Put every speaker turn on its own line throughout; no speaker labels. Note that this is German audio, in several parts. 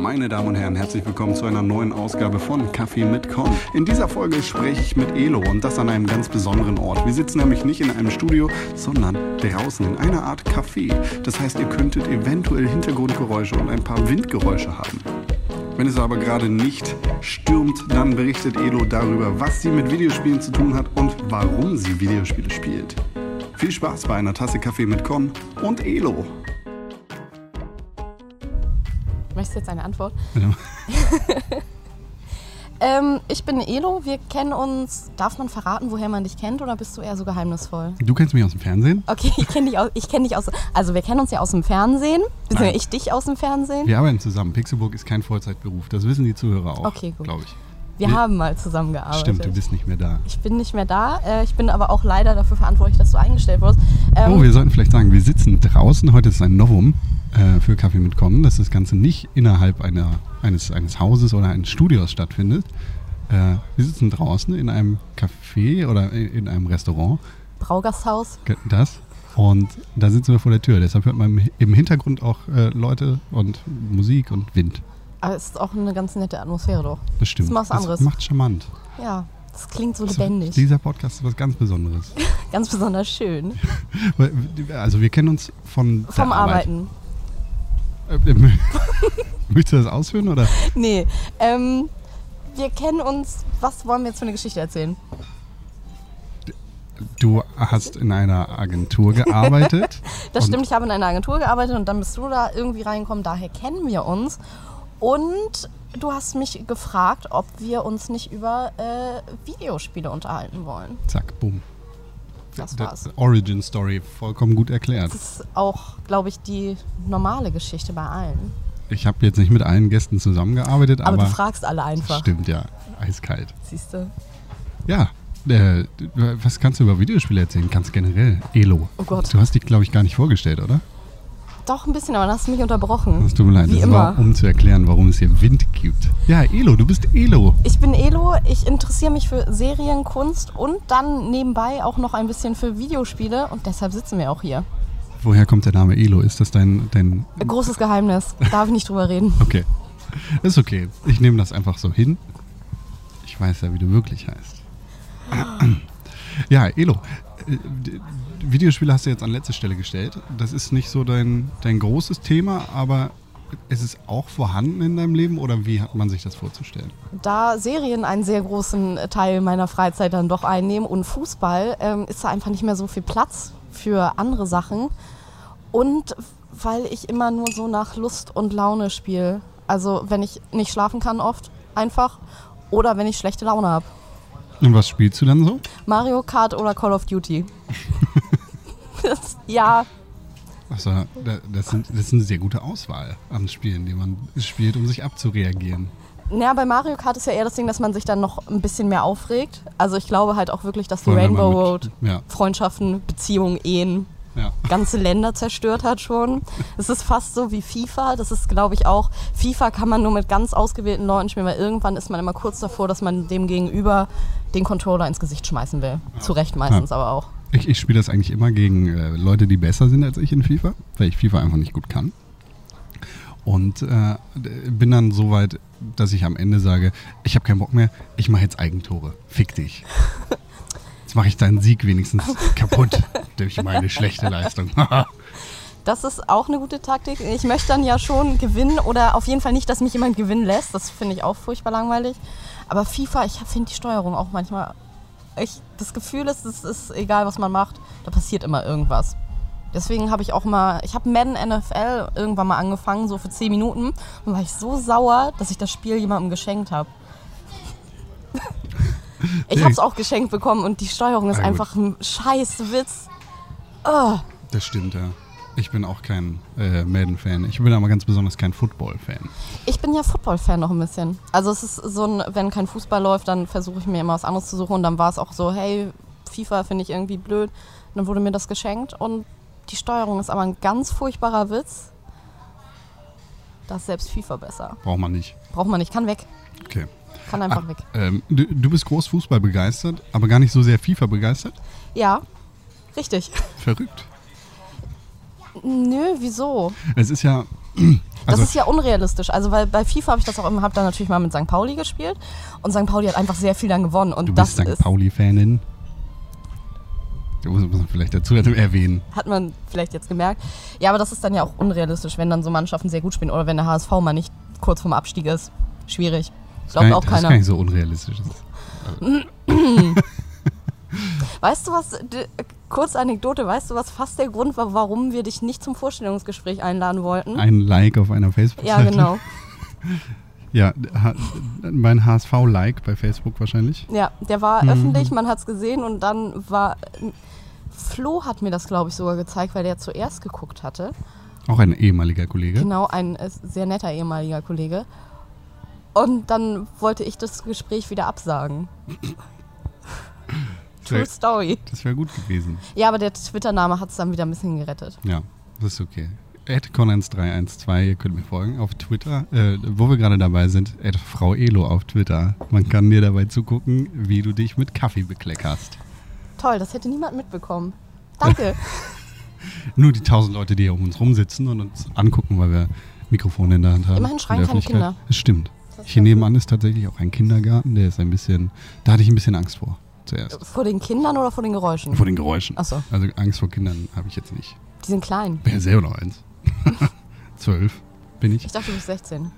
Meine Damen und Herren, herzlich willkommen zu einer neuen Ausgabe von Kaffee mit Con. In dieser Folge spreche ich mit Elo und das an einem ganz besonderen Ort. Wir sitzen nämlich nicht in einem Studio, sondern draußen in einer Art Café. Das heißt, ihr könntet eventuell Hintergrundgeräusche und ein paar Windgeräusche haben. Wenn es aber gerade nicht stürmt, dann berichtet Elo darüber, was sie mit Videospielen zu tun hat und warum sie Videospiele spielt. Viel Spaß bei einer Tasse Kaffee mit Con und Elo.
Möchtest du jetzt eine Antwort? ähm, ich bin Elo, wir kennen uns. Darf man verraten, woher man dich kennt oder bist du eher so geheimnisvoll?
Du kennst mich aus dem Fernsehen?
Okay, ich kenne dich, aus- ich kenn dich aus. Also, wir kennen uns ja aus dem Fernsehen. Beziehungsweise ich dich aus dem Fernsehen.
Wir arbeiten zusammen. Pixelburg ist kein Vollzeitberuf. Das wissen die Zuhörer auch,
Okay, gut.
glaube ich.
Wir
wir-
haben mal zusammengearbeitet.
Stimmt, du bist nicht mehr da.
Ich bin nicht mehr da. Äh, ich bin aber auch leider dafür verantwortlich, dass du eingestellt wurdest. Ähm,
Oh, wir sollten vielleicht sagen, wir sitzen draußen. Heute ist ein Novum äh, für Kaffee mit Con, dass das Ganze nicht innerhalb einer, eines, eines Hauses oder eines Studios stattfindet. Äh, wir sitzen draußen in einem Café oder in in einem Restaurant.
Braugasthaus.
Ge- Das. Und da sitzen wir vor der Tür. Deshalb hört man im- im Hintergrund auch äh, Leute und Musik und Wind.
Aber es ist auch eine ganz nette Atmosphäre doch.
Das stimmt.
Das ist mal was anderes.
Das macht charmant.
Ja, das klingt
Also,
so lebendig.
Dieser Podcast ist was ganz Besonderes.
Ganz besonders schön.
Weil, Also wir kennen uns von der
Vom
Arbeit.
Arbeiten.
Äh, ähm, Möchtest du das ausführen oder?
Nee, ähm, wir kennen uns. Was wollen wir jetzt für eine Geschichte erzählen?
Du hast in einer Agentur gearbeitet.
Das
und
stimmt, ich habe in einer Agentur gearbeitet und dann bist du da irgendwie reingekommen, daher kennen wir uns. Und du hast mich gefragt, ob wir uns nicht über äh, Videospiele unterhalten wollen.
Zack, bumm.
Das
Der-
war's.
der Origin Story, vollkommen gut erklärt.
Das ist auch, glaube ich, die normale Geschichte bei allen.
Ich habe jetzt nicht mit allen Gästen zusammengearbeitet,
Aber,
aber,
du fragst alle einfach,
stimmt ja, eiskalt.
siehst du?
Ja, äh, was kannst du über Videospiele erzählen? Ganz generell, Elo.
Oh Gott.
Du hast dich, glaube ich, gar nicht vorgestellt, oder?
Doch ein bisschen, aber dann hast du mich unterbrochen.
Es tut mir leid,
Wie
das
immer.
war, um zu erklären, warum es hier Wind gibt. Ja, Elo, du bist Elo.
Ich bin Elo, ich interessiere mich für Serien, Kunst und dann nebenbei auch noch ein bisschen für Videospiele und deshalb sitzen wir auch hier.
Woher kommt der Name Elo? Ist das dein, dein
Großes Geheimnis, darf ich nicht drüber reden.
Okay. Ist okay. Ich nehme das einfach so hin. Ich weiß ja, wie du wirklich heißt. Ja, Elo. äh, d- Videospiele hast du jetzt an letzte Stelle gestellt. Das ist nicht so dein, dein großes Thema, aber ist es auch vorhanden in deinem Leben oder wie hat man sich das vorzustellen?
Da Serien einen sehr großen äh, Teil meiner Freizeit dann doch einnehmen und Fußball, ähm, ist da einfach nicht mehr so viel Platz für andere Sachen. Und weil ich immer nur so nach Lust und Laune spiele. Also wenn ich nicht schlafen kann oft einfach oder wenn ich schlechte Laune habe.
Und was spielst du dann so?
Mario Kart oder Call of Duty. das, ja,
Also, da- das, sind, das ist eine sehr gute Auswahl an Spielen, die man spielt, um sich abzureagieren.
naja, bei Mario Kart ist ja eher das Ding, dass man sich dann noch ein bisschen mehr aufregt. Also ich glaube halt auch wirklich, dass die
Vor allem, wenn
Rainbow
man
Road
mit- ja.
Freundschaften, Beziehungen, Ehen
Ja.
ganze Länder zerstört hat schon. Es ist fast so wie FIFA. Das ist, glaube ich, auch. FIFA kann man nur mit ganz ausgewählten Leuten spielen, weil irgendwann ist man immer kurz davor, dass man dem Gegenüber den Controller ins Gesicht schmeißen will. Zu Recht meistens aber auch.
Ich, ich spiele das eigentlich immer gegen äh, Leute, die besser sind als ich in FIFA, weil ich FIFA einfach nicht gut kann. Und äh, d- bin dann so weit, dass ich am Ende sage, ich habe keinen Bock mehr, ich mache jetzt Eigentore. Fick dich. Jetzt mache ich deinen Sieg wenigstens kaputt durch meine schlechte Leistung.
Das ist auch eine gute Taktik. Ich möchte dann ja schon gewinnen oder auf jeden Fall nicht, dass mich jemand gewinnen lässt. Das finde ich auch furchtbar langweilig. Aber FIFA, ich finde die Steuerung auch manchmal. Ich, das Gefühl ist, es ist egal, was man macht, da passiert immer irgendwas. Deswegen habe ich auch mal, ich habe Madden NFL irgendwann mal angefangen, so für 10 Minuten. Und war ich so sauer, dass ich das Spiel jemandem geschenkt habe. ich habe es auch geschenkt bekommen und die Steuerung ist
Na gut.
einfach ein Scheißwitz. Oh.
das stimmt, ja. Ich bin auch kein äh, Madden-Fan. Ich bin aber ganz besonders kein Football-Fan.
Ich bin ja Football-Fan noch ein bisschen. Also es ist so ein, wenn kein Fußball läuft, dann versuche ich mir immer was anderes zu suchen. Und dann war es auch so, hey, FIFA finde ich irgendwie blöd. Und dann wurde mir das geschenkt. Und die Steuerung ist aber ein ganz furchtbarer Witz. Da ist selbst FIFA besser.
Braucht man nicht.
Braucht man nicht. Kann weg.
Okay.
Kann einfach weg.
Ähm, du, du bist groß Fußball begeistert, aber gar nicht so sehr FIFA begeistert.
Ja, richtig.
Verrückt.
Nö, wieso?
Es ist ja,
Das
Also-
ist ja unrealistisch. Also weil bei FIFA habe ich das auch immer, habe da natürlich mal mit St. Pauli gespielt und St. Pauli hat einfach sehr viel dann gewonnen und
Du
das
bist St.
ist,
Pauli-Fanin. Da muss, muss man vielleicht dazu erwähnen.
hat man vielleicht jetzt gemerkt. Ja, aber das ist dann ja auch unrealistisch, wenn dann so Mannschaften sehr gut spielen oder wenn der HSV mal nicht kurz vorm Abstieg ist. Schwierig. Glaubt
Kein-
auch
das ist gar
keiner.
nicht so unrealistisch.
Weißt du was, d- kurze Anekdote, weißt du was fast der Grund war, warum wir dich nicht zum Vorstellungsgespräch einladen wollten?
Ein Like auf einer facebook
Hm? ja, genau.
Ja, ha- mein HSV-Like bei Facebook wahrscheinlich.
Ja, der war
Mhm.
öffentlich, man hat es gesehen und dann war. Flo hat mir das, glaube ich, sogar gezeigt, weil der zuerst geguckt hatte.
Auch ein ehemaliger Kollege.
Genau, ein äh, sehr netter ehemaliger Kollege. Und dann wollte ich das Gespräch wieder absagen. True
Das
Story.
wäre gut gewesen.
Ja, aber der Twitter-Name hat es dann wieder ein bisschen gerettet.
Ja, das ist okay. At Con1312, ihr könnt mir folgen auf Twitter. Äh, wo wir gerade dabei sind, at Frau Elo auf Twitter. Man kann dir dabei zugucken, wie du dich mit Kaffee bekleckerst.
Toll, das hätte niemand mitbekommen. Danke.
Nur die tausend Leute, die hier um uns rumsitzen und uns angucken, weil wir Mikrofone in der Hand haben.
Immerhin schreien
In der
keine
Öffentlichkeit.
Kinder.
Das stimmt. Hier nebenan ist tatsächlich auch ein Kindergarten, der ist ein bisschen, da hatte ich ein bisschen Angst vor zuerst.
vor den Kindern oder vor den Geräuschen?
Äh, Vor den Geräuschen.
Ach so.
Also Angst vor Kindern habe ich jetzt nicht.
Die sind klein.
Bin ja selber noch eins. Zwölf bin ich.
Ich dachte, du bist 16.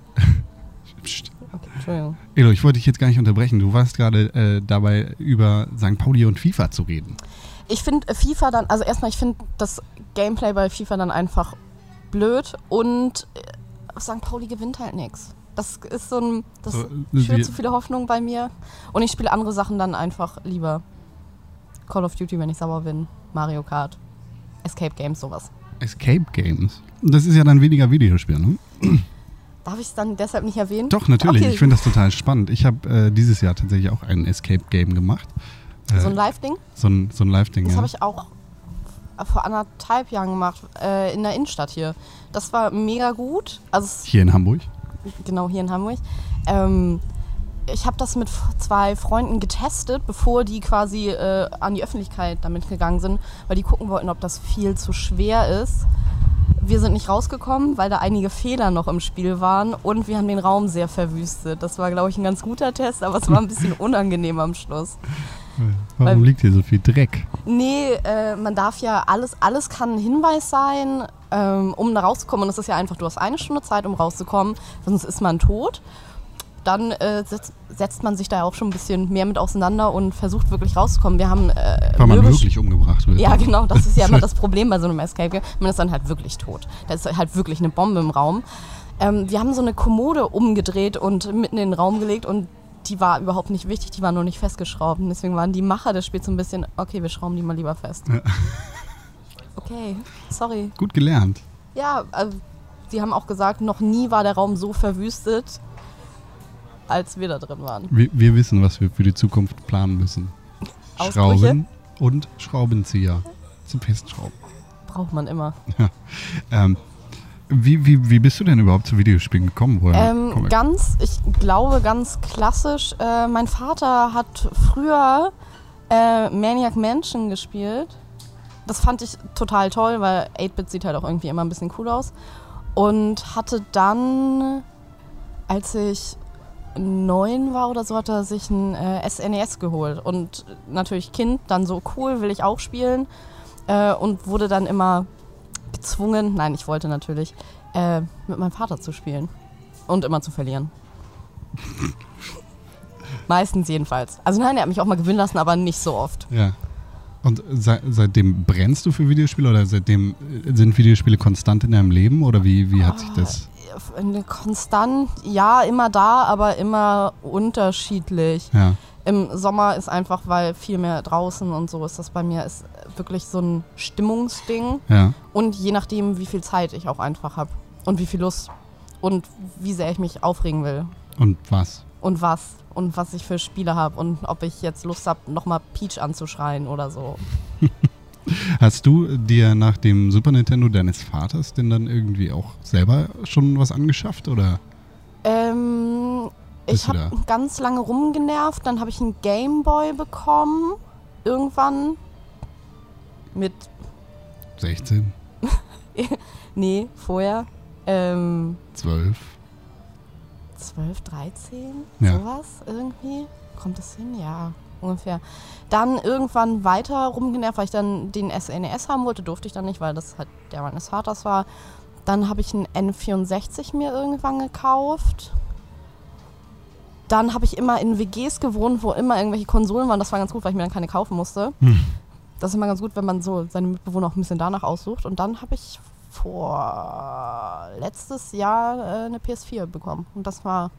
Psst.
Okay, Entschuldigung.
Elo, ich wollte dich jetzt gar nicht unterbrechen. Du warst gerade äh, dabei, über St. Pauli und FIFA zu reden.
Ich finde FIFA dann, also erstmal, ich finde das Gameplay bei FIFA dann einfach blöd und äh, St. Pauli gewinnt halt nichts. Das ist so ein, das
So,
schürt
wir-
zu viele Hoffnungen bei mir und ich spiele andere Sachen dann einfach lieber. Call of Duty, wenn ich sauber bin, Mario Kart, Escape Games, sowas.
Escape Games. Das ist ja dann weniger Videospiel, ne?
Darf ich es dann deshalb nicht erwähnen?
Doch, natürlich.
Okay.
Ich finde das total spannend. Ich habe äh, dieses Jahr tatsächlich auch ein Escape Game gemacht. Äh,
so ein Live-Ding,
so ein, so ein Live-Ding.
das
Ja.
habe ich auch äh, vor anderthalb Jahren gemacht, äh, in der Innenstadt hier. Das war mega gut. Also es
Hier in Hamburg.
genau hier in Hamburg. Ähm, ich habe das mit f- zwei Freunden getestet, bevor die quasi äh, an die Öffentlichkeit damit gegangen sind, weil die gucken wollten, ob das viel zu schwer ist. Wir sind nicht rausgekommen, weil da einige Fehler noch im Spiel waren und wir haben den Raum sehr verwüstet. Das war, glaube ich, ein ganz guter Test, aber es war ein bisschen unangenehm am Schluss.
Warum
Weil-
liegt hier so viel Dreck?
Nee, äh, man darf ja alles, alles kann ein Hinweis sein, ähm, um da rauszukommen. Und es ist ja einfach, du hast eine Stunde Zeit, um rauszukommen, sonst ist man tot. Dann äh, setzt, setzt man sich da auch schon ein bisschen mehr mit auseinander und versucht wirklich rauszukommen. Wir haben äh,
Weil man
Möbelsch-
wirklich umgebracht wird.
ja, genau, das ist ja immer das Problem bei so einem Escape Game. Man ist dann halt wirklich tot. Da ist halt wirklich eine Bombe im Raum. Ähm, wir haben so eine Kommode umgedreht und mitten in den Raum gelegt und die war überhaupt nicht wichtig, die war nur nicht festgeschraubt. Und deswegen waren die Macher des Spiels so ein bisschen, okay, wir schrauben die mal lieber fest.
Ja.
Okay, sorry.
Gut gelernt.
Ja, äh, sie haben auch gesagt, noch nie war der Raum so verwüstet, als wir da drin waren.
Wir, wir wissen, was wir für die Zukunft planen müssen.
Ausbrüche?
Schrauben und Schraubenzieher. Zum Festschrauben.
Braucht man immer.
Ähm, wie, wie, wie bist du denn überhaupt zu Videospielen gekommen? Woher
Ähm,
komm-
ganz, ich glaube, ganz klassisch. Äh, mein Vater hat früher äh, Maniac Mansion gespielt. Das fand ich total toll, weil 8-Bit sieht halt auch irgendwie immer ein bisschen cool aus. Und hatte dann, als ich neun war oder so, hat er sich ein äh, SNES geholt. Und natürlich Kind, dann so cool, will ich auch spielen. Äh, und wurde dann immer gezwungen, nein, ich wollte natürlich, äh, mit meinem Vater zu spielen. Und immer zu verlieren. Meistens jedenfalls. Also nein, er hat mich auch mal gewinnen lassen, aber nicht so oft.
ja. Und se seitdem brennst du für Videospiele oder seitdem äh, sind Videospiele konstant in deinem Leben oder wie, wie hat sich das?
Eine Konstant, ja, immer da, aber immer unterschiedlich.
Ja.
Im Sommer ist einfach, weil viel mehr draußen und so ist das bei mir, ist wirklich so ein Stimmungsding.
Ja.
Und je nachdem, wie viel Zeit ich auch einfach habe und wie viel Lust und wie sehr ich mich aufregen will
Und was?
und was und was ich für Spiele habe und ob ich jetzt Lust habe, nochmal Peach anzuschreien oder so.
Hast du dir nach dem Super Nintendo deines Vaters denn dann irgendwie auch selber schon was angeschafft oder?
Ähm,
Bist
ich
du
habe ganz lange rumgenervt, dann habe ich einen Gameboy bekommen. Irgendwann mit,
16.
nee, vorher. Ähm,
Zwölf.
12, 13,
Ja.
sowas irgendwie. Kommt das hin? Ja, ungefähr. Dann irgendwann weiter rumgenervt, weil ich dann den SNES haben wollte, durfte ich dann nicht, weil das halt der meines Vaters war. Dann habe ich einen N64 mir irgendwann gekauft. Dann habe ich immer in WGs gewohnt, wo immer irgendwelche Konsolen waren. Das war ganz gut, weil ich mir dann keine kaufen musste.
Hm.
Das ist immer ganz gut, wenn man so seine Mitbewohner auch ein bisschen danach aussucht. Und dann habe ich vor letztes Jahr äh, eine PS4 bekommen. Und das war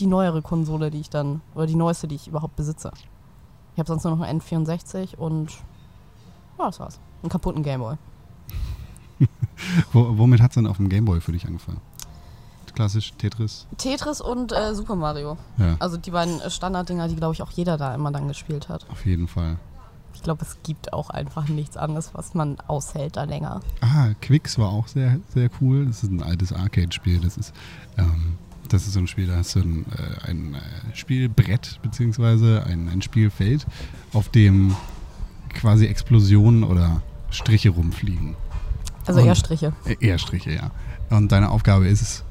die neuere Konsole, die ich dann, oder die neueste, die ich überhaupt besitze. Ich habe sonst nur noch einen N64 und ja, das war's. Einen kaputten Gameboy.
Wo, womit hat es denn auf dem Gameboy für dich angefangen? Klassisch Tetris.
Tetris und äh, Super Mario.
Ja,
Also die beiden äh, Standarddinger, die, glaube ich, auch jeder da immer dann gespielt hat.
auf jeden Fall.
Ich glaube, es gibt auch einfach nichts anderes, was man aushält da länger.
Ah, Quicks war auch sehr, sehr cool. Das ist ein altes Arcade-Spiel. Das ist, ähm, das ist so ein Spiel, da hast du ein, äh, ein äh, Spielbrett beziehungsweise ein, ein Spielfeld, auf dem quasi Explosionen oder Striche rumfliegen.
Also
Und-
eher Striche.
Äh, Eher Striche, ja. Und deine Aufgabe ist es,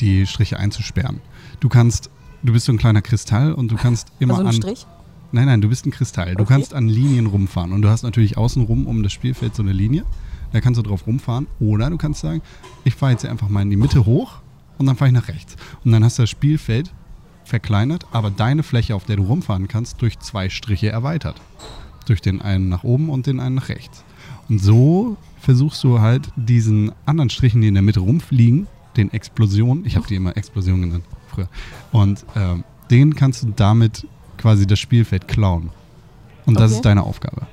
die Striche einzusperren. Du kannst, du bist so ein kleiner Kristall und du kannst immer
also
an.
ein Strich.
Nein, nein, du bist ein Kristall. Du
Okay.
kannst an Linien rumfahren. Und du hast natürlich außenrum um das Spielfeld so eine Linie. Da kannst du drauf rumfahren. Oder du kannst sagen, ich fahre jetzt hier einfach mal in die Mitte hoch und dann fahre ich nach rechts. Und dann hast du das Spielfeld verkleinert, aber deine Fläche, auf der du rumfahren kannst, durch zwei Striche erweitert. Durch den einen nach oben und den einen nach rechts. Und so versuchst du halt diesen anderen Strichen, die in der Mitte rumfliegen, den Explosionen, ich habe die immer Explosion genannt früher, und ähm, den kannst du damit quasi das Spielfeld klauen. Und das
Okay.
ist deine Aufgabe.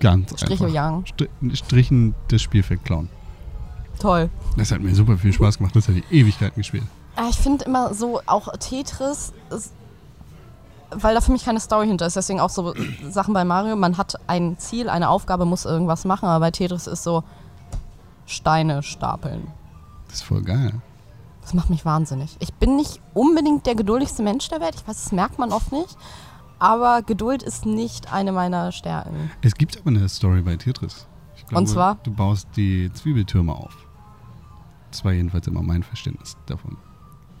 Ganz
Striche
einfach.
jagen.
Stri Strichen das Spielfeld klauen.
Toll.
Das hat mir super viel Spaß gemacht, das hat die Ewigkeiten gespielt.
Ah, Ich finde immer so auch Tetris, ist, weil da für mich keine Story hinter ist. Deswegen auch so Sachen bei Mario. Man hat ein Ziel, eine Aufgabe, muss irgendwas machen. Aber bei Tetris ist so Steine stapeln.
Das ist voll geil.
Das macht mich wahnsinnig. Ich bin nicht unbedingt der geduldigste Mensch der Welt. Ich weiß, das merkt man oft nicht. Aber Geduld ist nicht eine meiner Stärken.
Es gibt aber eine Story bei Tetris. Ich glaube,
Und zwar?
Du baust die Zwiebeltürme auf. Das war jedenfalls immer mein Verständnis davon.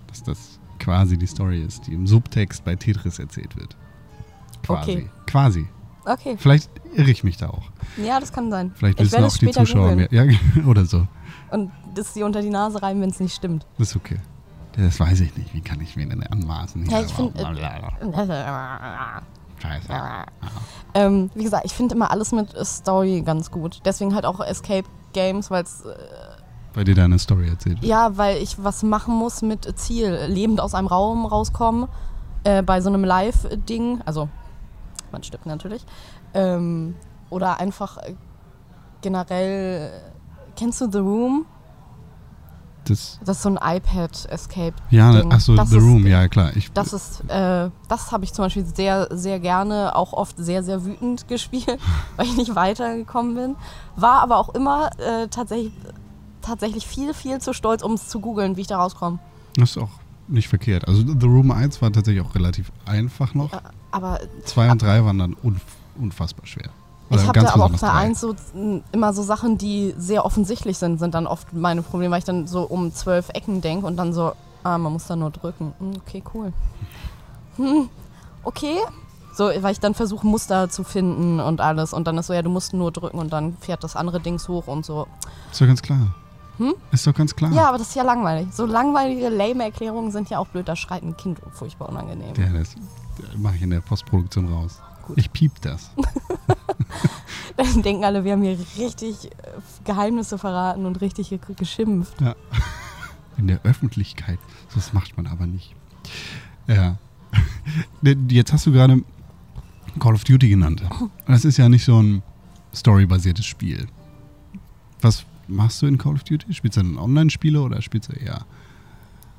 Dass das quasi die Story ist, die im Subtext bei Tetris erzählt wird. Quasi.
Okay.
Quasi.
Okay,
Vielleicht irre ich mich da auch.
ja, das kann sein.
Vielleicht
ich
wissen
werde es
auch die
später
Zuschauer
googeln
mehr. Ja, oder so.
und das dir unter die Nase reiben, wenn es nicht stimmt.
Das ist okay. Das weiß ich nicht. Wie kann ich mir denn anmaßen?
Ja,
hier?
ich find, äh,
Blablabla. Scheiße.
Ähm, wie gesagt, ich finde immer alles mit äh, Story ganz gut. Deswegen halt auch Escape Games, weil es, äh,
Weil dir deine Story erzählt wird.
ja, weil ich was machen muss mit Ziel. Lebend aus einem Raum rauskommen, äh, bei so einem Live-Ding, also man stirbt natürlich. Ähm, oder einfach äh, generell, äh, kennst du The Room?
Das,
Das ist so ein iPad-Escape.
ja,
Ding.
achso,
Das
The
ist-
Room, ja klar. Ich,
Das ist, äh, das habe ich zum Beispiel sehr, sehr gerne, auch oft sehr, sehr wütend gespielt, weil ich nicht weitergekommen bin. War aber auch immer äh, tatsächlich, tatsächlich viel, viel zu stolz, um es zu googeln, wie ich da rauskomme.
Das ist auch nicht verkehrt. Also The Room 1 war tatsächlich auch relativ einfach noch.
Äh, Aber
2 und 3 waren dann unf unfassbar schwer.
ich habe da aber auch bei
drei.
1 so, mh, immer so Sachen, die sehr offensichtlich sind, sind dann oft meine Probleme, weil ich dann so um zwölf Ecken denke und dann so, ah, man muss da nur drücken. Hm, Okay, cool. Hm, okay. So, weil ich dann versuche, Muster zu finden und alles. Und dann ist so, ja, du musst nur drücken und dann fährt das andere Dings hoch und so.
Ist doch ganz klar. Ist doch ganz klar.
Hm? Ja, aber das ist ja langweilig. So langweilige, lame Erklärungen sind ja auch blöd. Da schreit ein Kind furchtbar unangenehm.
Der, das mache ich in der Postproduktion raus.
Gut.
Ich piep das.
Dann denken alle, wir haben hier richtig äh, Geheimnisse verraten und richtig ge- geschimpft.
In der Öffentlichkeit. Das macht man aber nicht. Ja. Jetzt hast du gerade Call of Duty genannt. Das ist ja nicht so ein storybasiertes Spiel. Was machst du in Call of Duty? Spielst du dann Online-Spiele oder spielst du eher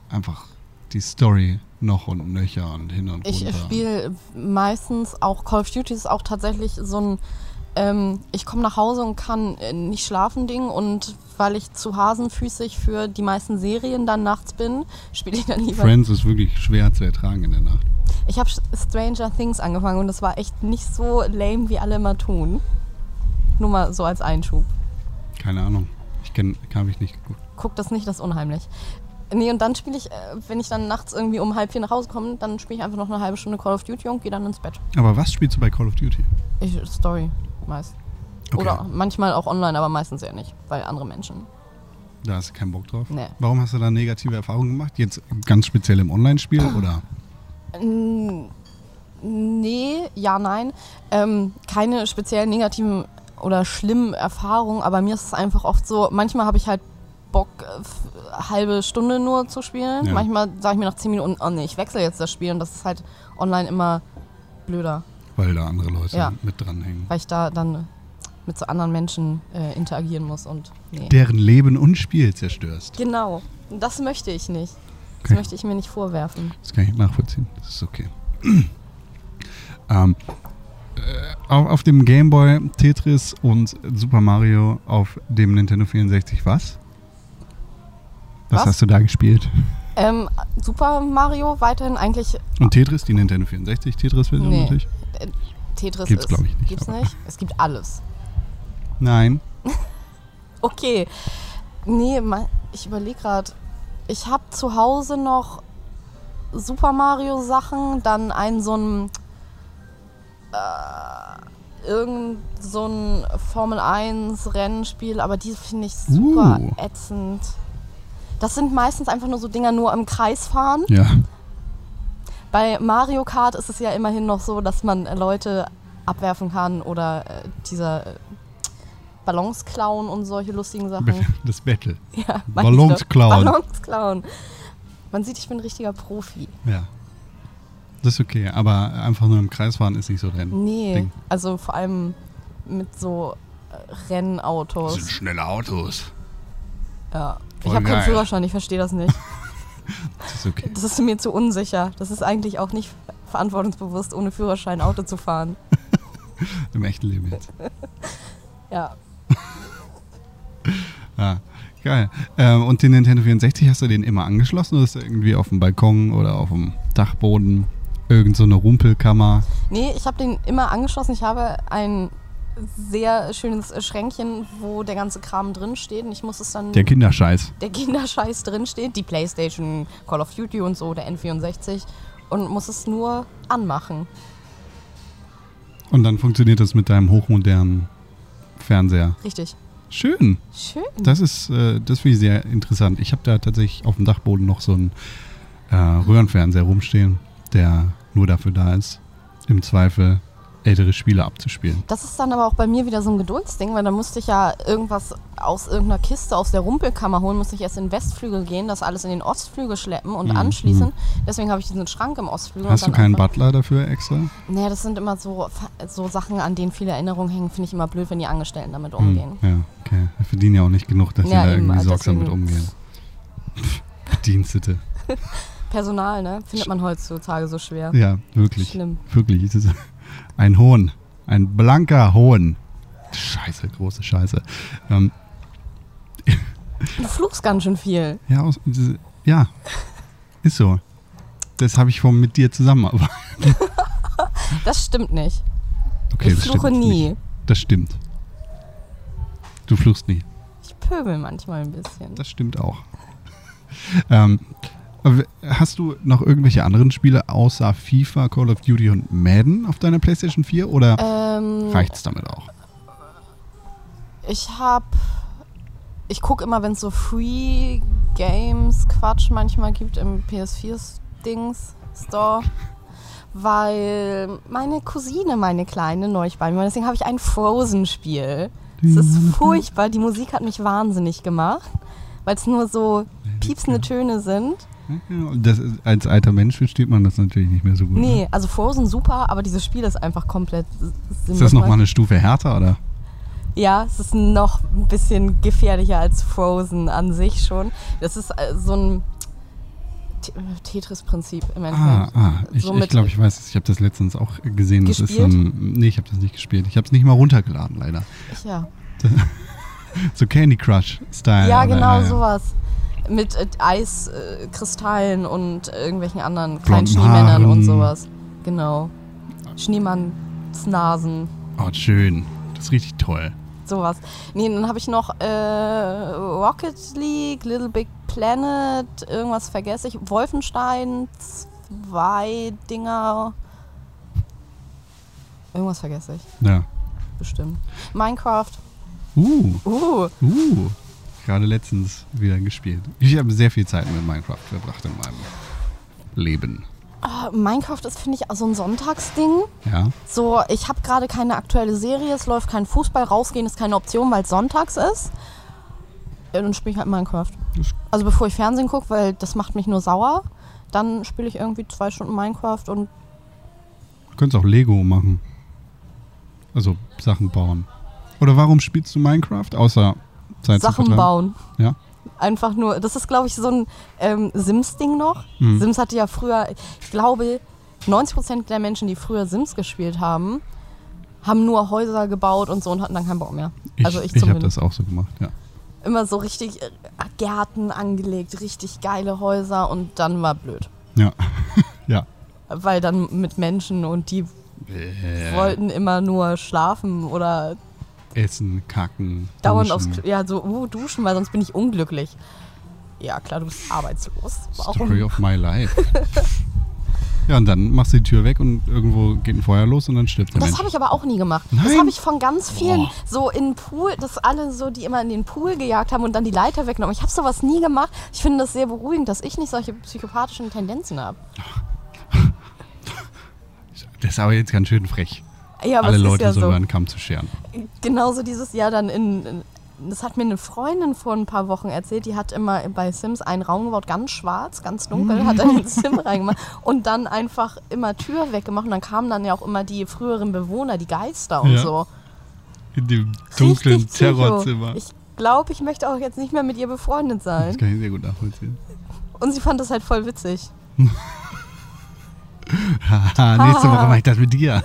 einfach die Story noch und nöcher und hin und
Ich
runter?
spiele meistens auch Call of Duty ist auch tatsächlich so ein ähm, ich komme nach Hause und kann äh, nicht schlafen Ding und weil ich zu hasenfüßig für die meisten Serien dann nachts bin, spiele ich dann lieber.
Friends ist wirklich schwer zu ertragen in der Nacht.
Ich habe Stranger Things angefangen und das war echt nicht so lame, wie alle immer tun. Nur mal so als Einschub.
Keine Ahnung. Ich kenne, habe ich nicht geguckt.
guck das nicht, das ist unheimlich. Nee, und dann spiele ich, äh, wenn ich dann nachts irgendwie um halb vier nach Hause komme, dann spiele ich einfach noch eine halbe Stunde Call of Duty und gehe dann ins Bett.
Aber was spielst du bei Call of Duty?
Ich, Story meist.
Okay.
Oder manchmal auch online, aber meistens eher nicht, weil andere Menschen.
Da hast du keinen Bock drauf.
Nee.
Warum hast du da negative Erfahrungen gemacht? Jetzt ganz speziell im Online-Spiel
Ah.
oder?
Nee, ja, nein. Ähm, keine speziellen negativen oder schlimmen Erfahrungen, aber mir ist es einfach oft so, manchmal habe ich halt Bock, äh, f- halbe Stunde nur zu spielen.
Ja.
Manchmal sage ich mir nach zehn Minuten, oh nee, ich wechsle jetzt das Spiel und das ist halt online immer blöder,
Weil da andere Leute
Ja.
mit dranhängen.
weil ich da dann mit so anderen Menschen äh, interagieren muss und nee.
Deren Leben und Spiel zerstörst.
Genau, das möchte ich nicht. Das
Okay.
möchte ich mir nicht vorwerfen.
Das kann ich nachvollziehen. Das ist okay. ähm, äh, auf, auf dem Game Boy, Tetris und Super Mario auf dem Nintendo 64 was? Was,
Was?
hast du da gespielt?
Ähm, Super Mario weiterhin eigentlich
Und Tetris, die Nintendo 64 Tetris-Version
Ah. Nee.
natürlich?
Tetris
Gibt's,
ist.
glaub ich, nicht,
Gibt's
aber-
nicht? Es gibt alles.
Nein.
Okay. Nee, mein, ich überlege gerade. Ich habe zu Hause noch Super Mario Sachen, dann einen so ein äh, irgend so ein Formel 1 Rennspiel, aber die finde ich super
Uh.
ätzend. Das sind meistens einfach nur so Dinger nur im Kreis fahren.
Ja.
Bei Mario Kart ist es ja immerhin noch so, dass man äh, Leute abwerfen kann oder äh, dieser äh, Ballons klauen und solche lustigen Sachen.
Das Battle.
Ja, meine ich
Ballons
doch.
klauen.
Ballons klauen. Man sieht, ich bin ein richtiger Profi.
Ja. Das ist okay, aber einfach nur im Kreis fahren ist nicht so dein
Nee,
Ding.
also vor allem mit so äh,
Das sind
Rennautos.
schnelle Autos.
Ja. Ich
voll
habe keinen
geil.
Führerschein, ich verstehe das nicht.
Das ist okay.
Das ist mir zu unsicher. Das ist eigentlich auch nicht verantwortungsbewusst, ohne Führerschein Auto zu fahren.
Im echten Leben jetzt.
Ja.
Ja, geil. Ähm, und den Nintendo 64 hast du den immer angeschlossen oder ist der irgendwie auf dem Balkon oder auf dem Dachboden? Irgend so eine Rumpelkammer.
Nee, ich habe den immer angeschlossen. Ich habe ein sehr schönes Schränkchen, wo der ganze Kram drin steht und ich muss es dann
Der Kinderscheiß.
der Kinderscheiß drin steht, die Playstation, Call of Duty und so, der N64 und muss es nur anmachen.
Und dann funktioniert das mit deinem hochmodernen Fernseher.
Richtig.
Schön.
Schön.
Das ist, äh, das finde ich sehr interessant. Ich habe da tatsächlich auf dem Dachboden noch so einen äh, Röhrenfernseher rumstehen, der nur dafür da ist, im Zweifel ältere Spiele abzuspielen.
Das ist dann aber auch bei mir wieder so ein Geduldsding, weil da musste ich ja irgendwas aus irgendeiner Kiste aus der Rumpelkammer holen, musste ich erst in den Westflügel gehen, das alles in den Ostflügel schleppen und anschließen. Deswegen habe ich diesen Schrank im Ostflügel.
Mhm. Hast du
und
keinen
einfach-
Butler dafür extra?
Naja, das sind immer so, so Sachen, an denen viele Erinnerungen hängen, finde ich immer blöd, wenn die Angestellten damit
Hm,
umgehen.
Ja, okay. Wir verdienen ja auch nicht genug, dass
Ja,
sie da
eben,
irgendwie
also
sorgsam mit
deswegen-
umgehen. Pff, Bedienstete.
Personal, ne? Findet man heutzutage so schwer.
Ja, wirklich.
Schlimm.
Wirklich. Es ist ein Hohn. Ein blanker Hohn. Scheiße, große Scheiße. Ähm,
Du fluchst ganz schön viel.
ja, aus, diese- ja, ist so. Das habe ich vom mit dir zusammen. Aber
Das stimmt nicht.
okay,
ich
das
fluche
stimmt
nie.
Nicht. Das stimmt. Du fluchst nie.
Ich pöbel manchmal ein bisschen.
Das stimmt auch. ähm, aber hast du noch irgendwelche anderen Spiele außer FIFA, Call of Duty und Madden auf deiner PlayStation 4 oder
Ähm,
reicht's damit auch?
ich hab. Ich guck immer, wenn es so Free Games Quatsch manchmal gibt im PS4-Dings Store. Weil meine Cousine, meine Kleine, neu bei mir. war. Deswegen habe ich ein Frozen-Spiel. Es ist furchtbar. Die Musik hat mich wahnsinnig gemacht, weil es nur so piepsende Töne sind.
genau. Das ist, als alter Mensch versteht man das natürlich nicht mehr so gut. Ne?
Nee, also Frozen super, aber dieses Spiel ist einfach komplett s-
Ist das nochmal
sinnlos.
eine Stufe härter oder?
Ja, es ist noch ein bisschen gefährlicher als Frozen an sich schon. Das ist äh, so ein Te- Tetris-Prinzip im
Ah,
Endeffekt.
ah ich,
Somit-
ich glaube, ich weiß es. Ich habe das letztens auch gesehen. Das ist so
Gespielt?
ein, nee, ich habe das nicht gespielt. Ich habe es nicht mal runtergeladen, leider.
Ja,
So Candy Crush-Style.
ja
oder?
genau sowas. Mit äh, Eiskristallen äh, Kristallen und äh, irgendwelchen anderen kleinen
Blonden
Schneemännern
Haaren.
und sowas. Genau. Schneemannsnasen.
Oh, schön. Das ist richtig toll.
sowas. Nee, dann habe ich noch äh, Rocket League, Little Big Planet, irgendwas vergesse ich. Wolfenstein, zwei Dinger. Irgendwas vergesse ich,
Ja.
bestimmt. Minecraft.
Uh,
Uh,
uh. Gerade letztens wieder gespielt. Ich habe sehr viel Zeit mit Minecraft verbracht in meinem Leben.
äh, Minecraft ist, finde ich, so ein Sonntagsding.
Ja.
So, ich habe gerade keine aktuelle Serie, es läuft kein Fußball, rausgehen ist keine Option, weil es sonntags ist. Ja, dann spiele ich halt Minecraft.
Das-
Also bevor ich Fernsehen gucke, weil das macht mich nur sauer, dann spiele ich irgendwie zwei Stunden Minecraft und
Du könntest auch Lego machen. Also Sachen bauen. Oder warum spielst du Minecraft? Außer Zeit zu
Sachen
vertreiben?
bauen.
ne? Ja.
Einfach nur, das ist glaube ich so ein ähm, Sims-Ding noch.
Mhm.
Sims hatte ja früher, ich glaube, 90% der Menschen, die früher Sims gespielt haben, haben nur Häuser gebaut und so und hatten dann keinen Bock mehr.
Ich,
also ich
ich habe
zumindest.
das auch so gemacht, ja.
immer so richtig äh, Gärten angelegt, richtig geile Häuser und dann war blöd.
Ja. ja.
Weil dann mit Menschen und die
Äh,
wollten immer nur schlafen oder
Essen, kacken.
dauernd aufs
duschen.
Klo, ja so uh, duschen, weil sonst bin ich unglücklich. Ja klar, du bist arbeitslos.
Story
Warum?
of my life. ja, und dann machst du die Tür weg und irgendwo geht ein Feuer los und dann stirbt der
Das
Mensch.
habe ich aber auch nie gemacht. Das
Nein.
habe ich von ganz vielen
Boah.
so in den Pool, dass alle so, die immer in den Pool gejagt haben und dann die Leiter weggenommen. Ich habe sowas nie gemacht. Ich finde das sehr beruhigend, dass ich nicht solche psychopathischen Tendenzen habe.
Das ist aber jetzt ganz schön frech.
Ja, aber
Alle
es
Leute
ist ja
so
so.
über den Kamm zu scheren.
genauso dieses Jahr dann in, in. Das hat mir eine Freundin vor ein paar Wochen erzählt, die hat immer bei Sims einen Raum gebaut, ganz schwarz, ganz
Mhm.
dunkel, hat dann den Sim reingemacht und dann einfach immer Tür weggemacht. Und dann kamen dann ja auch immer die früheren Bewohner, die Geister und
Ja.
so.
In dem
Richtig
dunklen
psycho.
Terrorzimmer.
Ich glaube, ich möchte auch jetzt nicht mehr mit ihr befreundet
Das
sein.
kann ich sehr gut nachvollziehen.
Und sie fand das halt voll witzig.
Haha, nächste Woche mache ich das mit dir.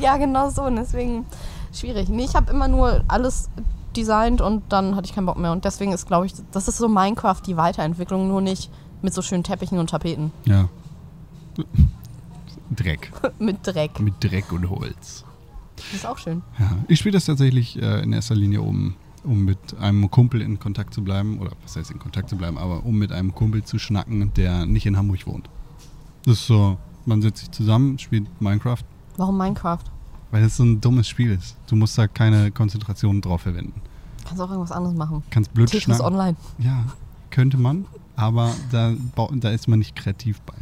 Ja, genau so. Und deswegen schwierig. Nee, ich habe immer nur alles designt und dann hatte ich keinen Bock mehr. Und deswegen ist, glaube ich, das ist so Minecraft die Weiterentwicklung, nur nicht mit so schönen Teppichen und Tapeten.
ja. Dreck.
mit Dreck.
Mit Dreck und Holz.
Das ist auch schön.
Ja, ich spiele das tatsächlich äh, in erster Linie, um, um mit einem Kumpel in Kontakt zu bleiben, oder was heißt in Kontakt zu bleiben, aber um mit einem Kumpel zu schnacken, der nicht in Hamburg wohnt. Das ist so, man setzt sich zusammen, spielt Minecraft,
Warum Minecraft?
weil es so ein dummes Spiel ist. Du musst da keine Konzentration drauf verwenden.
Kannst auch irgendwas anderes machen.
Kannst blöd
Tetris
schnacken.
online.
Ja, könnte man, aber da, bau- da ist man nicht kreativ bei.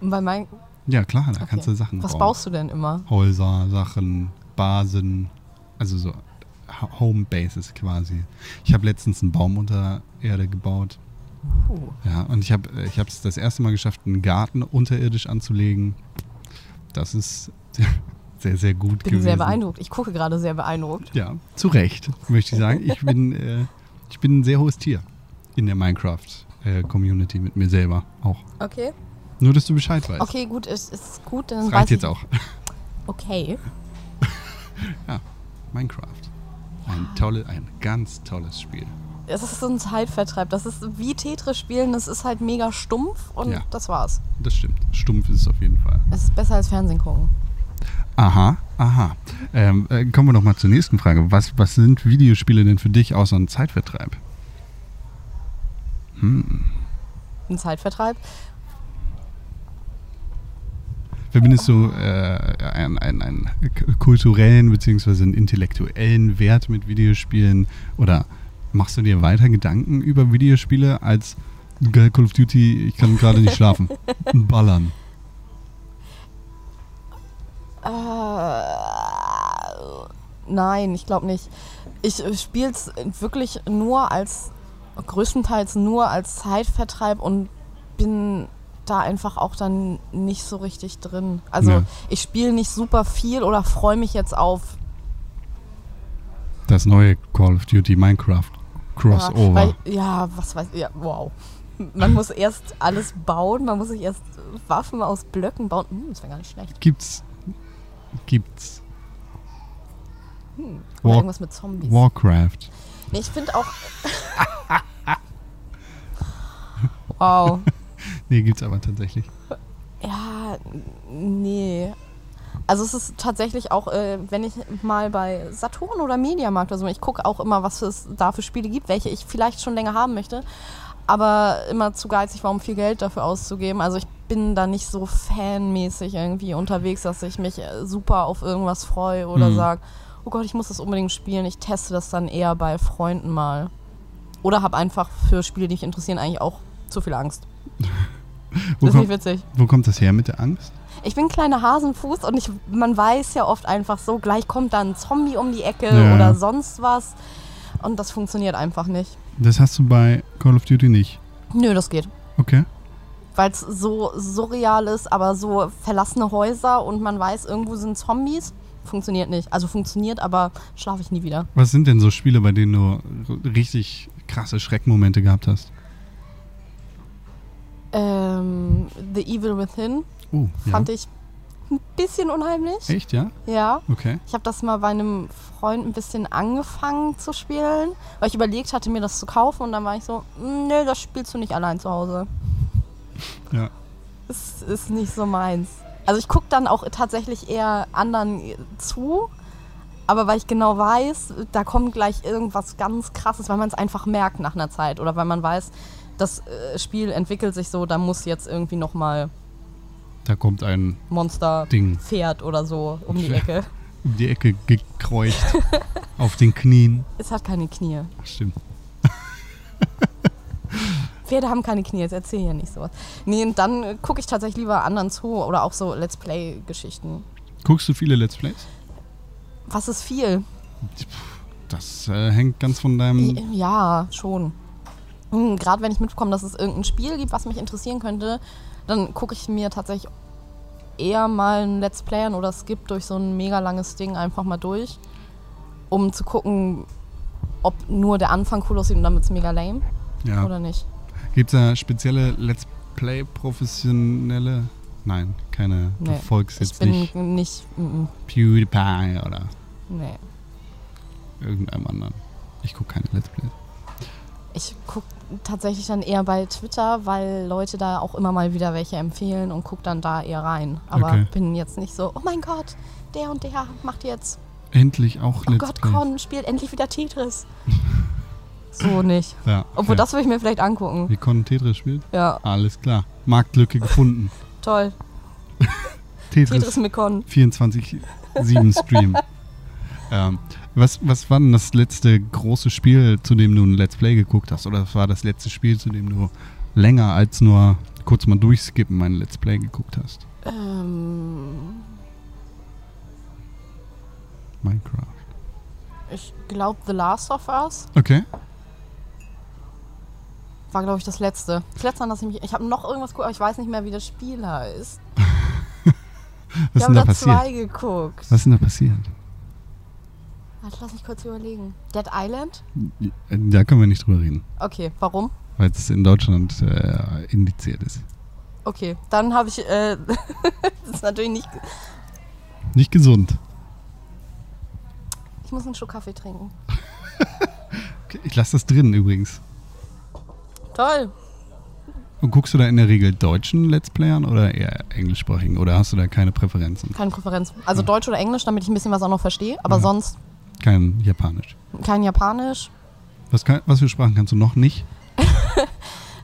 Und Bei mein
Ja, klar, da
okay.
kannst du Sachen
Was
bauen.
baust du denn immer?
Häuser, Sachen, Basen, also so Ha- Homebases quasi. Ich habe letztens einen Baum unter Erde gebaut.
Uh,
Ja, und ich habe ich es das erste Mal geschafft, einen Garten unterirdisch anzulegen. Das ist sehr, sehr gut
bin
gewesen.
sehr beeindruckt. Ich gucke gerade sehr beeindruckt.
Ja, zu Recht, möchte ich sagen. Ich bin, äh, ich bin ein sehr hohes Tier in der Minecraft-Community mit mir selber auch.
Okay.
Nur, dass du Bescheid weißt.
Okay, gut, ist, ist gut. Dann
Das
weiß
reicht jetzt
ich-
auch.
Okay.
Minecraft. Ein, tolle, ein ganz tolles Spiel.
Es ist so ein Zeitvertreib. Das ist wie Tetris spielen. Das ist halt mega stumpf und
Ja.
das war's.
Das stimmt. Stumpf ist es auf jeden Fall.
Es ist besser als Fernsehen gucken.
Aha, aha. Ähm, äh, kommen wir noch mal zur nächsten Frage. Was, was sind Videospiele denn für dich außer ein Zeitvertreib?
Ein Zeitvertreib.
Verbindest du äh, einen, einen, einen k- kulturellen bzw. einen intellektuellen Wert mit Videospielen? Oder machst du dir weiter Gedanken über Videospiele als geil, Call of Duty, ich kann gerade nicht schlafen? Ballern.
Nein, ich glaube nicht. Ich äh, spiele es wirklich nur als, größtenteils nur als Zeitvertreib und bin da einfach auch dann nicht so richtig drin. Also
Ja.
ich spiele nicht super viel oder freue mich jetzt auf.
Das neue Call of Duty Minecraft
ja,
Crossover.
weil- ja, was weiß ich. Ja, wow. Man muss erst alles bauen, man muss sich erst Waffen aus Blöcken bauen. Hm, das wäre gar nicht schlecht.
Gibt's. Gibt's.
Hm, Oder
War
irgendwas mit Zombies.
Warcraft.
Nee, ich finde auch. wow.
Nee, gibt's aber tatsächlich.
Ja, n- nee. Also es ist tatsächlich auch, äh, wenn ich mal bei Saturn oder Mediamarkt oder so, ich gucke auch immer, was es da für Spiele gibt, welche ich vielleicht schon länger haben möchte, aber immer zu geizig war, um viel Geld dafür auszugeben. Also ich bin da nicht so fanmäßig irgendwie unterwegs, dass ich mich äh, super auf irgendwas freue oder
Mhm.
sage, oh Gott, ich muss das unbedingt spielen. Ich teste das dann eher bei Freunden mal. Oder habe einfach für Spiele, die mich interessieren, eigentlich auch zu viel Angst.
Wo,
ist nicht
kommt,
witzig.
wo kommt das her mit der Angst?
Ich bin kleiner Hasenfuß und ich, man weiß ja oft einfach so, gleich kommt dann ein Zombie um die Ecke
Ja.
oder sonst was. Und das funktioniert einfach nicht.
Das hast du bei Call of Duty nicht.
Nö, das geht.
Okay.
Weil es so surreal ist, aber so verlassene Häuser und man weiß, irgendwo sind Zombies. Funktioniert nicht. Also funktioniert, aber schlafe ich nie wieder.
Was sind denn so Spiele, bei denen du r- richtig krasse Schreckmomente gehabt hast?
Ähm, The Evil Within
Oh, ja.
fand ich ein bisschen unheimlich.
Echt, ja?
Ja.
Okay.
Ich habe das mal bei einem Freund ein bisschen angefangen zu spielen, weil ich überlegt hatte, mir das zu kaufen und dann war ich so, "Mm, nee, das spielst du nicht allein zu Hause.
Ja.
Das ist nicht so meins. Also ich gucke dann auch tatsächlich eher anderen zu, aber weil ich genau weiß, da kommt gleich irgendwas ganz Krasses, weil man es einfach merkt nach einer Zeit oder weil man weiß, das äh, Spiel entwickelt sich so, da muss jetzt irgendwie nochmal
Da kommt ein
Monster,
Ding.
Pferd oder so um die Ecke.
um die Ecke gekreucht auf den Knien.
Es hat keine Knie.
Ach, stimmt.
Pferde haben keine Knie, jetzt erzähl hier nicht sowas. Nee, und dann gucke ich tatsächlich lieber anderen zu oder auch so Let's Play-Geschichten.
Guckst du viele Let's Plays?
Was ist viel?
Das äh, hängt ganz von deinem.
Ja, schon. Hm, Gerade wenn ich mitbekomme, dass es irgendein Spiel gibt, was mich interessieren könnte, dann gucke ich mir tatsächlich eher mal ein Let's Play an oder skip durch so ein mega langes Ding einfach mal durch, um zu gucken, ob nur der Anfang cool aussieht und dann wird es mega lame
Ja.
oder nicht.
Gibt es da spezielle Let's Play-Professionelle? Nein, keine. Du
Nee.
folgst
Ich
jetzt
bin
nicht
nicht. nicht mm, mm,
PewDiePie oder
nee.
irgendeinem anderen. Ich gucke keine Let's Plays.
Ich gucke tatsächlich dann eher bei Twitter, weil Leute da auch immer mal wieder welche empfehlen und gucke dann da eher rein. Aber
Okay.
bin jetzt nicht so, oh mein Gott, der und der macht jetzt,
Endlich auch
oh
Let's
Gott,
Plays.
Con spielt endlich wieder Tetris. so nicht.
Ja, okay.
Obwohl, das würde ich mir vielleicht angucken.
Wie Con Tetris spielt?
Ja,
Alles klar. Marktlücke gefunden.
toll. Tetris
Tetris
mit Con.
24-7-Stream. ähm, was, was war denn das letzte große Spiel, zu dem du ein Let's Play geguckt hast? Oder was war das letzte Spiel, zu dem du länger als nur kurz mal durchskippen mein Let's Play geguckt hast?
Ähm,
Minecraft.
ich glaube, The Last of Us
Okay.
war, glaube ich, das letzte. Das letzte, an das ich mich. Ich habe noch irgendwas geguckt, aber ich weiß nicht mehr, wie der Spieler ist.
Was
Wir
ist denn
haben
da
da
passiert?
zwei geguckt.
Was ist denn da passiert?
Warte, lass mich kurz überlegen. Dead Island?
Da können wir nicht drüber reden,
Okay, warum?
weil es in Deutschland äh, indiziert ist.
Okay, dann habe ich. Äh, das ist natürlich nicht.
Nicht gesund.
Ich muss einen Schluck Kaffee trinken.
Okay, Ich lasse das drin übrigens.
Toll.
Und guckst du da in der Regel deutschen Let's Playern oder eher englischsprachigen? Oder hast du da keine Präferenzen?
Keine Präferenz. Also Deutsch oder Englisch, damit ich ein bisschen was auch noch verstehe. Aber
Ja.
sonst
Kein japanisch.
kein Japanisch.
Was, kann, was für Sprachen kannst du noch nicht?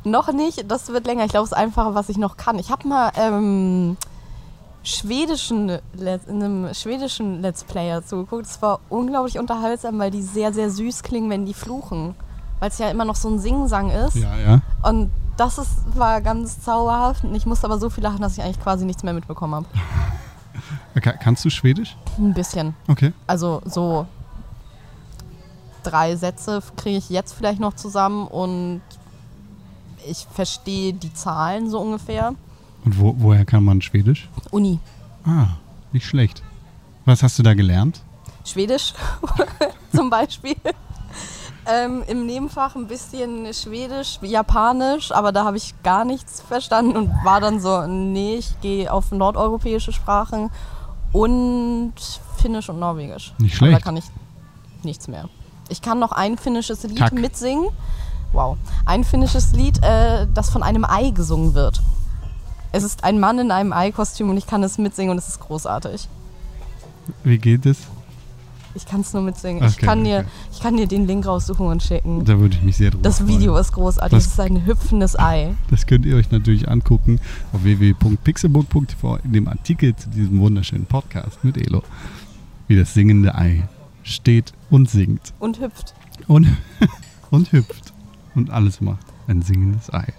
Noch nicht. Das wird länger. Ich glaube, es ist einfacher, was ich noch kann. Ich habe mal ähm, schwedischen, Let- in einem schwedischen Let's Player zugeguckt. Es war unglaublich unterhaltsam, weil die sehr, sehr süß klingen, wenn die fluchen. Weil es ja immer noch so ein Singsang ist.
Ja, ja.
Und das ist, war ganz zauberhaft. Und ich musste aber so viel lachen, dass ich eigentlich quasi nichts mehr mitbekommen habe.
Okay, Äh, kannst du Schwedisch?
Ein bisschen.
Okay.
Also so drei Sätze kriege ich jetzt vielleicht noch zusammen und ich verstehe die Zahlen so ungefähr.
Und wo, woher kann man Schwedisch?
Uni.
Ah, nicht schlecht. Was hast du da gelernt?
Schwedisch zum Beispiel. Ähm, Im Nebenfach ein bisschen Schwedisch, Japanisch, aber da habe ich gar nichts verstanden und war dann so, nee, ich gehe auf nordeuropäische Sprachen und Finnisch und Norwegisch.
Nicht
Aber da
schlecht.
kann ich nichts mehr. Ich kann noch ein finnisches Lied
Kack.
mitsingen. Wow. Ein finnisches Lied, äh, das von einem Ei gesungen wird. Es ist ein Mann in einem Ei-Kostüm und ich kann es mitsingen und es ist großartig.
Wie geht es?
Ich kann es nur mitsingen. ich,
Okay,
kann dir,
okay.
ich kann dir den Link raussuchen und schicken.
Da würde ich mich sehr drüber
Das Video
freuen.
ist großartig.
Das-
Es ist ein hüpfendes Ei.
Das könnt ihr euch natürlich angucken auf www.pixelburg.tv in dem Artikel zu diesem wunderschönen Podcast mit Elo. Wie das singende Ei steht und singt
Und hüpft.
und, und hüpft und alles macht. Ein singendes Ei.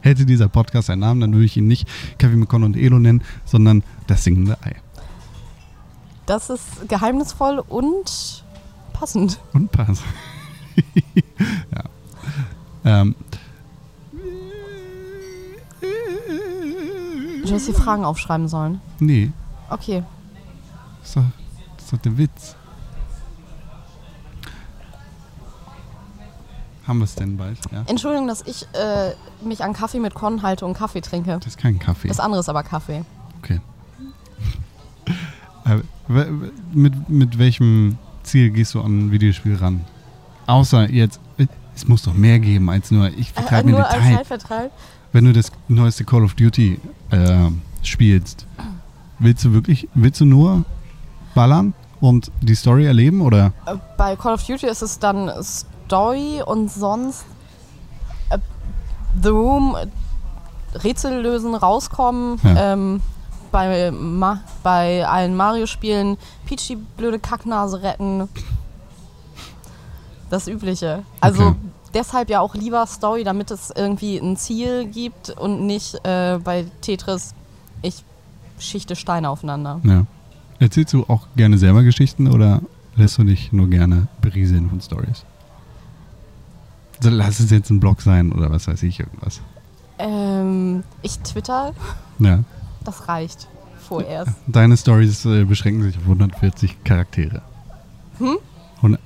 Hätte dieser Podcast einen Namen, dann würde ich ihn nicht Kevin McConnell und Elo nennen, sondern das singende Ei.
Das ist geheimnisvoll und passend.
Und pass. ja. Ähm.
Du hast die Fragen aufschreiben sollen.
Nee,
Okay.
ist doch, ist doch der Witz. Haben wir es denn bald? Ja.
Entschuldigung, dass ich äh, mich an Kaffee mit Korn halte und Kaffee trinke.
Das ist kein Kaffee.
Das andere ist aber Kaffee.
Okay. Äh, w- w- mit, mit welchem Ziel gehst du an ein Videospiel ran? Außer jetzt, äh, es muss doch mehr geben als nur, ich
Äh,
vertreibe mir
nur
den
als
Teil.
Zeitvertreib.
Wenn du das neueste Call of Duty äh, spielst, willst du wirklich, willst du nur ballern und die Story erleben oder?
Äh, Bei Call of Duty ist es dann Story und sonst äh, The Room, äh, Rätsel lösen, rauskommen.
Ja.
Ähm, bei, Ma bei allen Mario-Spielen Peach die blöde Kacknase retten. Das Übliche. Also
Okay.
deshalb ja auch lieber Story, damit es irgendwie ein Ziel gibt und nicht äh, bei Tetris, ich schichte Steine aufeinander.
Ja. Erzählst du auch gerne selber Geschichten oder lässt du dich nur gerne berieseln von Stories? So, lass es jetzt ein Blog sein oder was weiß ich irgendwas.
Ähm, ich twitter,
Ja.
das reicht vorerst.
Deine Stories äh, beschränken sich auf 140 Charaktere.
Hm?
Hund-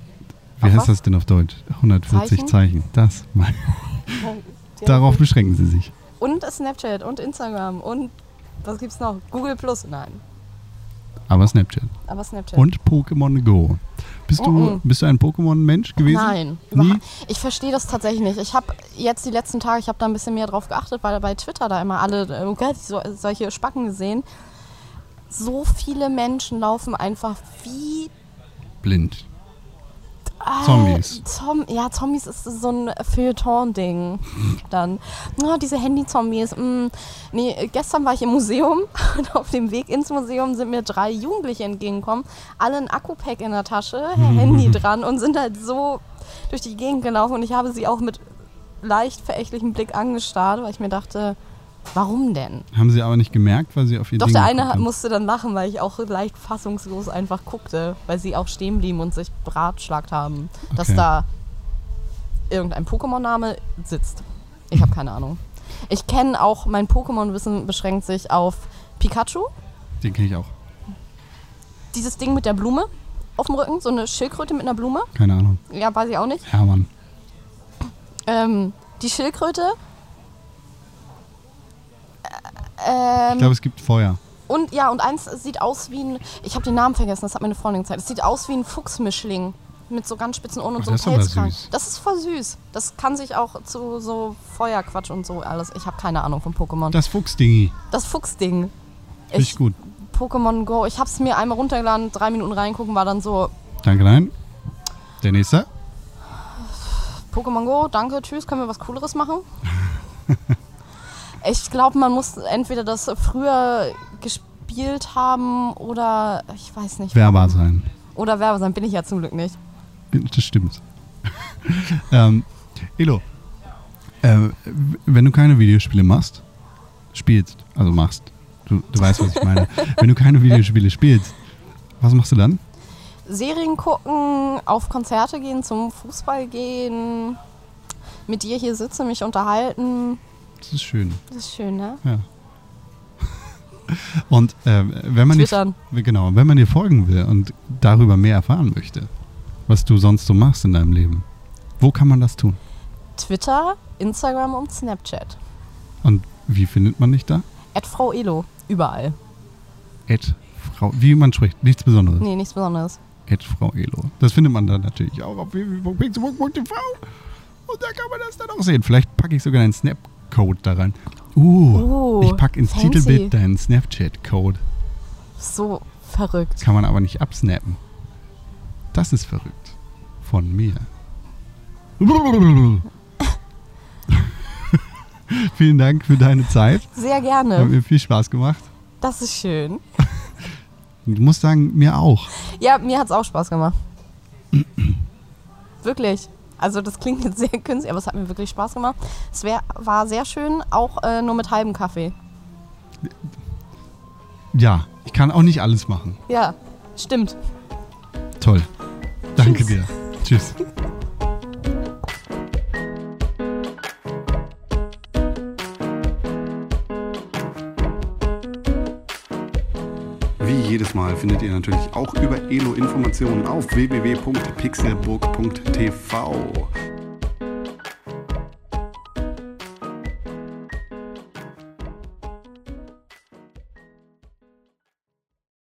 Wie
Auf
heißt
was?
das denn auf Deutsch? 140 Zeichen?
Zeichen?
Das. Mein. Darauf beschränken sie sich.
Und Snapchat und Instagram und was gibt's noch? Google Plus? Nein,
Aber Snapchat.
aber Snapchat.
Und Pokémon Go. Bist du,
Mm-mm.
bist du ein Pokémon-Mensch gewesen?
Oh, Nein,
Nie?
überha- ich verstehe das tatsächlich nicht. Ich habe jetzt die letzten Tage, ich habe da ein bisschen mehr drauf geachtet, weil bei Twitter da immer alle äh, oh Gott, so, solche Spacken gesehen. So viele Menschen laufen einfach wie
Blind.
Ah,
Zombies.
Zom ja, Zombies ist so ein Feuilleton-Ding. Dann, oh, diese Handy-Zombies. Mm, nee, gestern war ich im Museum und auf dem Weg ins Museum sind mir drei Jugendliche entgegengekommen, alle ein Akku-Pack in der Tasche, Handy dran und sind halt so durch die Gegend gelaufen und ich habe sie auch mit leicht verächtlichem Blick angestarrt, weil ich mir dachte, warum denn?
Haben sie aber nicht gemerkt, weil sie auf ihr
Doch
Ding
der eine
geguckt
hat-
haben.
musste dann lachen, weil ich auch leicht fassungslos einfach guckte, weil sie auch stehen blieben und sich beratschlagt haben, dass
Okay.
da irgendein Pokémon-Name sitzt. Ich habe keine Ahnung. Ich kenne auch, mein Pokémon-Wissen beschränkt sich auf Pikachu,
Den kenne ich auch.
dieses Ding mit der Blume auf dem Rücken, so eine Schildkröte mit einer Blume.
Keine Ahnung.
Ja, weiß ich auch nicht.
Hermann.
Ähm, die Schildkröte. Ä-
Ich
Ähm,
glaube, es gibt Feuer.
Und ja, und eins sieht aus wie ein. Ich habe den Namen vergessen, das hat meine Freundin gezeigt. Es sieht aus wie ein Fuchsmischling. Mit so ganz spitzen Ohren und
Ach,
so einem
das ist aber
Pelzkragen.
süß.
Das ist voll süß. Das kann sich auch zu so Feuerquatsch und so alles. Ich habe keine Ahnung von Pokémon. Das,
Das Fuchsdingi.
Fuchsding.
Richtig gut.
Pokémon Go. Ich habe es mir einmal runtergeladen, drei Minuten reingucken, war dann so
Danke, nein. Der nächste.
Pokémon Go, danke, tschüss, können wir was Cooleres machen? ich glaube, man muss entweder das früher gespielt haben oder ich weiß nicht.
Werbar sein.
Oder Werbe sein, bin ich ja zum Glück nicht.
Das stimmt. ähm, Elo, äh, w- wenn du keine Videospiele machst, spielst, also machst, du, du weißt, was ich meine. wenn du keine Videospiele spielst, was machst du dann?
Serien gucken, auf Konzerte gehen, zum Fußball gehen, mit dir hier sitzen, mich unterhalten.
Das ist schön.
Das ist schön, ne?
Ja. Und äh, wenn man
Twittern.
dir genau, wenn man dir folgen will und darüber mehr erfahren möchte, was du sonst so machst in deinem Leben, wo kann man das tun?
Twitter, Instagram und Snapchat.
Und wie findet man dich da?
At Frau Elo, überall.
Ed Frau, wie man spricht, nichts Besonderes.
Nee, nichts Besonderes.
at Frau Elo. Das findet man dann natürlich auch auf www.pixelburg.tv und da kann man das dann auch sehen. Vielleicht packe ich sogar einen Snapcode da rein. Uh,
Oh,
ich packe ins
fancy.
Titelbild deinen Snapchat-Code.
So Verrückt.
Kann man aber nicht absnappen. Das ist verrückt. Von mir. Vielen Dank für deine Zeit.
Sehr
Hat
gerne.
mir viel Spaß gemacht.
Das ist schön.
Ich muss sagen, mir auch.
Ja, mir hat es auch Spaß gemacht. wirklich. Also das klingt jetzt sehr künstlich, aber es hat mir wirklich Spaß gemacht. Es wär, war sehr schön, auch äh, nur mit halbem Kaffee.
Ja, ich kann auch nicht alles machen.
Ja, stimmt.
Toll. Danke
Tschüss.
dir. Tschüss.
Wie jedes Mal findet ihr natürlich auch über Elo Informationen auf www.pixelburg.tv.